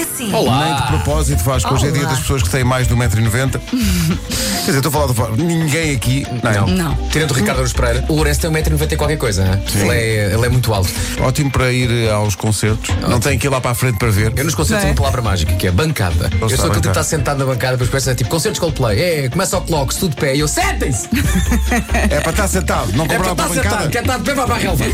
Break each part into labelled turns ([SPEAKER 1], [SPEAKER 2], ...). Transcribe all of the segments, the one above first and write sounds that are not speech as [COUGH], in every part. [SPEAKER 1] assim.
[SPEAKER 2] Nem de propósito, Vasco. Hoje é dia
[SPEAKER 1] Olá.
[SPEAKER 2] das pessoas que têm mais de
[SPEAKER 1] [LAUGHS]
[SPEAKER 2] 1,90m. Quer dizer, estou a falar do Vasco. Ninguém aqui. Não. é?
[SPEAKER 1] Não.
[SPEAKER 3] Tirando o Ricardo Aruz Pereira, o Lourenço tem 1,90m e qualquer coisa. né? Ele é, ele é muito alto.
[SPEAKER 2] Ótimo para ir eh, aos concertos. Não tem que ir lá para a frente para ver.
[SPEAKER 3] Eu nos concertos
[SPEAKER 1] Não é?
[SPEAKER 3] tenho uma palavra mágica, que é bancada. eu
[SPEAKER 2] sei
[SPEAKER 3] sou aquele
[SPEAKER 2] bancada.
[SPEAKER 3] que está sentado na bancada, depois começa tipo concertos Coldplay. É, começa o clock, tudo de pé e eu sentem-se!
[SPEAKER 2] É para estar sentado, não
[SPEAKER 3] É
[SPEAKER 2] comprar
[SPEAKER 3] para
[SPEAKER 2] uma
[SPEAKER 3] estar
[SPEAKER 2] bancada.
[SPEAKER 3] sentado, quer estar de pé vai para a relva.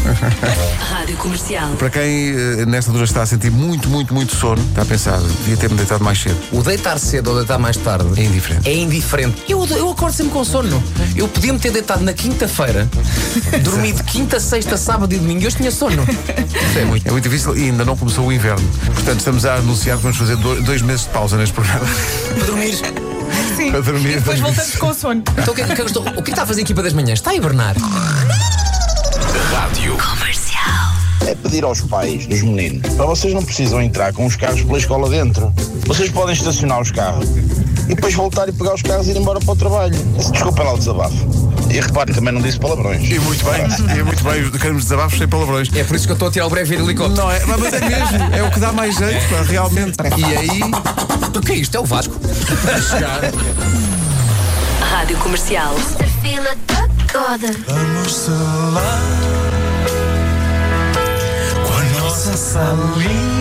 [SPEAKER 3] [LAUGHS]
[SPEAKER 4] Rádio Comercial.
[SPEAKER 2] Para quem eh, nesta altura está a sentir muito, muito, muito sono, está a pensar, devia ter-me deitado mais cedo.
[SPEAKER 3] O deitar cedo ou deitar mais tarde
[SPEAKER 2] É indiferente.
[SPEAKER 3] É indiferente. Eu, eu acordo sempre com sono. Eu podia-me ter deitado na [LAUGHS] quinta-feira, dormido quinta, sexta, sábado e domingo e hoje tinha sono. Isso é muito.
[SPEAKER 2] É muito difícil e ainda não começou o inverno. Portanto, estamos a anunciar que vamos fazer do- dois meses de pausa neste programa.
[SPEAKER 3] Para dormir.
[SPEAKER 2] [LAUGHS]
[SPEAKER 1] Sim.
[SPEAKER 2] Para dormir,
[SPEAKER 1] e depois
[SPEAKER 2] dormir.
[SPEAKER 1] voltamos com o sono.
[SPEAKER 3] Então o que, é que eu estou- o que é que está a fazer aqui para das manhãs? Está a hibernar.
[SPEAKER 5] é pedir aos pais dos meninos para vocês não precisam entrar com os carros pela escola dentro. Vocês podem estacionar os carros e depois voltar e pegar os carros e ir embora para o trabalho. Desculpem lá o desabafo. E reparem, também não disse palavrões.
[SPEAKER 2] E muito bem, e é muito bem, queremos desabafos sem palavrões.
[SPEAKER 3] É por isso que eu estou a tirar o breve helicóptero.
[SPEAKER 2] Não é, mas é mesmo, é o que dá mais jeito, pá, realmente.
[SPEAKER 3] E aí. O que é isto? É o Vasco.
[SPEAKER 4] Rádio Comercial.
[SPEAKER 6] Esta fila toda.
[SPEAKER 7] Vamos selar com a nossa saliva.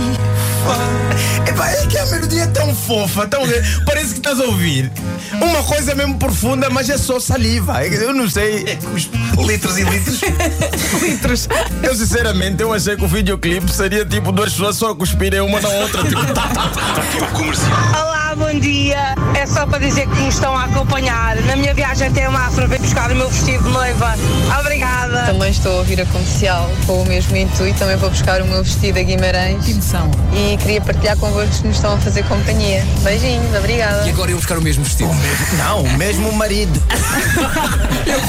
[SPEAKER 7] Epá, é que a melodia é tão fofa, tão. Parece que estás a ouvir. Uma coisa mesmo profunda, mas é só saliva. Eu não sei. é os litros e litros.
[SPEAKER 1] [LAUGHS] Litros.
[SPEAKER 7] Eu sinceramente eu achei que o videoclipe seria tipo duas pessoas só cuspirem uma na outra. Tipo, tá, tá, tá.
[SPEAKER 8] Olá, bom dia. É só para dizer que me estão a acompanhar. Na minha viagem até a Mafra para buscar o meu vestido de noiva. Obrigada.
[SPEAKER 9] Também estou a ouvir a comercial com o mesmo intuito, também vou buscar o meu vestido a Guimarães
[SPEAKER 1] Emoção.
[SPEAKER 9] e queria partilhar convosco que me estão a fazer companhia. Beijinhos, obrigada.
[SPEAKER 3] E agora eu vou buscar o mesmo vestido.
[SPEAKER 7] Não, mesmo o marido.
[SPEAKER 4] Rádio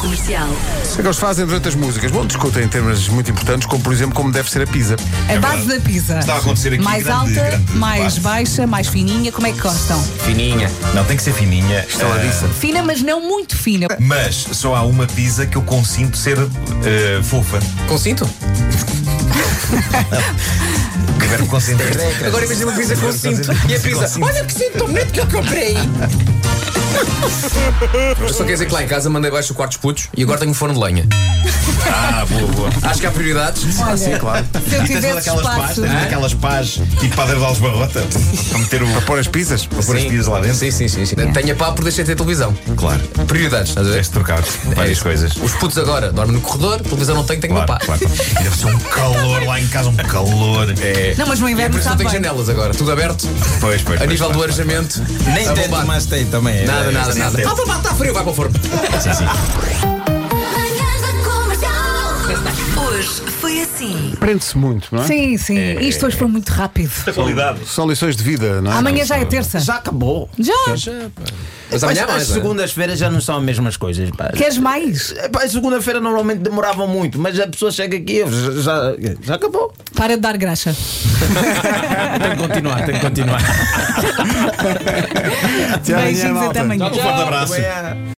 [SPEAKER 4] Comercial.
[SPEAKER 2] O que é que eles fazem durante as músicas? Bom, discutem temas muito importantes, como por exemplo como deve ser a pizza.
[SPEAKER 1] A É base da pizza.
[SPEAKER 10] É Está a acontecer aqui
[SPEAKER 1] Mais
[SPEAKER 10] grande-
[SPEAKER 1] alta,
[SPEAKER 10] grande
[SPEAKER 1] mais
[SPEAKER 10] debate.
[SPEAKER 1] baixa, mais fininha. Como é que gostam?
[SPEAKER 3] Fininha.
[SPEAKER 10] Não, tem que ser fininha.
[SPEAKER 2] Estaladiça.
[SPEAKER 10] eh,
[SPEAKER 1] Fina, mas não muito fina.
[SPEAKER 10] mas só há uma pizza que eu consinto ser eh, fofa.
[SPEAKER 3] Com cinto?
[SPEAKER 10] Tiver me consentir.
[SPEAKER 3] Agora imagina uma pizza com cinto. E a pizza. Olha que cinto tão bonito que eu comprei. Eu só quero dizer que lá em casa mandei baixo o quarto dos putos e agora tenho um forno de lenha.
[SPEAKER 10] Ah, boa,
[SPEAKER 1] [LAUGHS]
[SPEAKER 10] boa.
[SPEAKER 3] Acho que há prioridades.
[SPEAKER 10] Ah,
[SPEAKER 1] Olha, se eu
[SPEAKER 10] E tens
[SPEAKER 1] tivesse
[SPEAKER 10] aquelas pás,
[SPEAKER 1] espaço. é?
[SPEAKER 10] tens aquelas pás tipo Padre de Alesbarrota para meter o.
[SPEAKER 2] Para pôr as pizzas?
[SPEAKER 10] para pôr as
[SPEAKER 3] Sim.
[SPEAKER 10] pizzas lá dentro.
[SPEAKER 3] Sim, sim, sim. sim. Tenho a pá por deixar de ter televisão.
[SPEAKER 10] Claro.
[SPEAKER 3] Prioridades, estás a ver?
[SPEAKER 10] Tens de trocar várias
[SPEAKER 3] É.
[SPEAKER 10] coisas.
[SPEAKER 3] Os putos agora dormem no corredor, televisão não tenho, tenho uma
[SPEAKER 10] Claro,
[SPEAKER 3] pá.
[SPEAKER 10] claro. E deve ser um calor lá em casa, um calor. É.
[SPEAKER 1] Não, mas no
[SPEAKER 3] E é
[SPEAKER 1] inverno
[SPEAKER 3] por isso
[SPEAKER 1] está
[SPEAKER 3] não tenho
[SPEAKER 1] bem.
[SPEAKER 3] janelas agora, tudo aberto,
[SPEAKER 10] Pois, pois,
[SPEAKER 3] a
[SPEAKER 10] pois,
[SPEAKER 3] nível
[SPEAKER 10] claro,
[SPEAKER 3] do
[SPEAKER 10] claro.
[SPEAKER 3] arejamento.
[SPEAKER 7] Nem
[SPEAKER 10] Tá
[SPEAKER 3] a
[SPEAKER 7] tento,
[SPEAKER 3] bombar.
[SPEAKER 7] mas tem também.
[SPEAKER 3] Nada, nada,
[SPEAKER 10] Sim,
[SPEAKER 3] nada.
[SPEAKER 10] sim.
[SPEAKER 3] Ah, vá, vá, está frio, vai para o forno.
[SPEAKER 10] Sim, sim.
[SPEAKER 6] Manhãs da comercial.
[SPEAKER 4] Hoje foi assim.
[SPEAKER 2] Aprende-se muito, não é?
[SPEAKER 1] Sim, sim. Isto hoje foi muito rápido.
[SPEAKER 10] Qualidade.
[SPEAKER 2] São lições de vida, não é?
[SPEAKER 1] Amanhã já é terça.
[SPEAKER 7] Já acabou.
[SPEAKER 1] Já?
[SPEAKER 10] Pues
[SPEAKER 3] Mas
[SPEAKER 7] Mas
[SPEAKER 3] amanhã
[SPEAKER 7] as
[SPEAKER 3] mais. não é?
[SPEAKER 7] segundas-feiras já não são as mesmas coisas. Pá.
[SPEAKER 1] Queres mais?
[SPEAKER 7] Pá, a segunda-feira normalmente demorava muito, mas a pessoa chega aqui e já, já acabou.
[SPEAKER 1] Para de dar graxa.
[SPEAKER 7] Tem que continuar, tem que continuar.
[SPEAKER 2] Até amanhã,
[SPEAKER 1] Beijinhos
[SPEAKER 2] malta.
[SPEAKER 1] até amanhã.
[SPEAKER 10] Um forte abraço.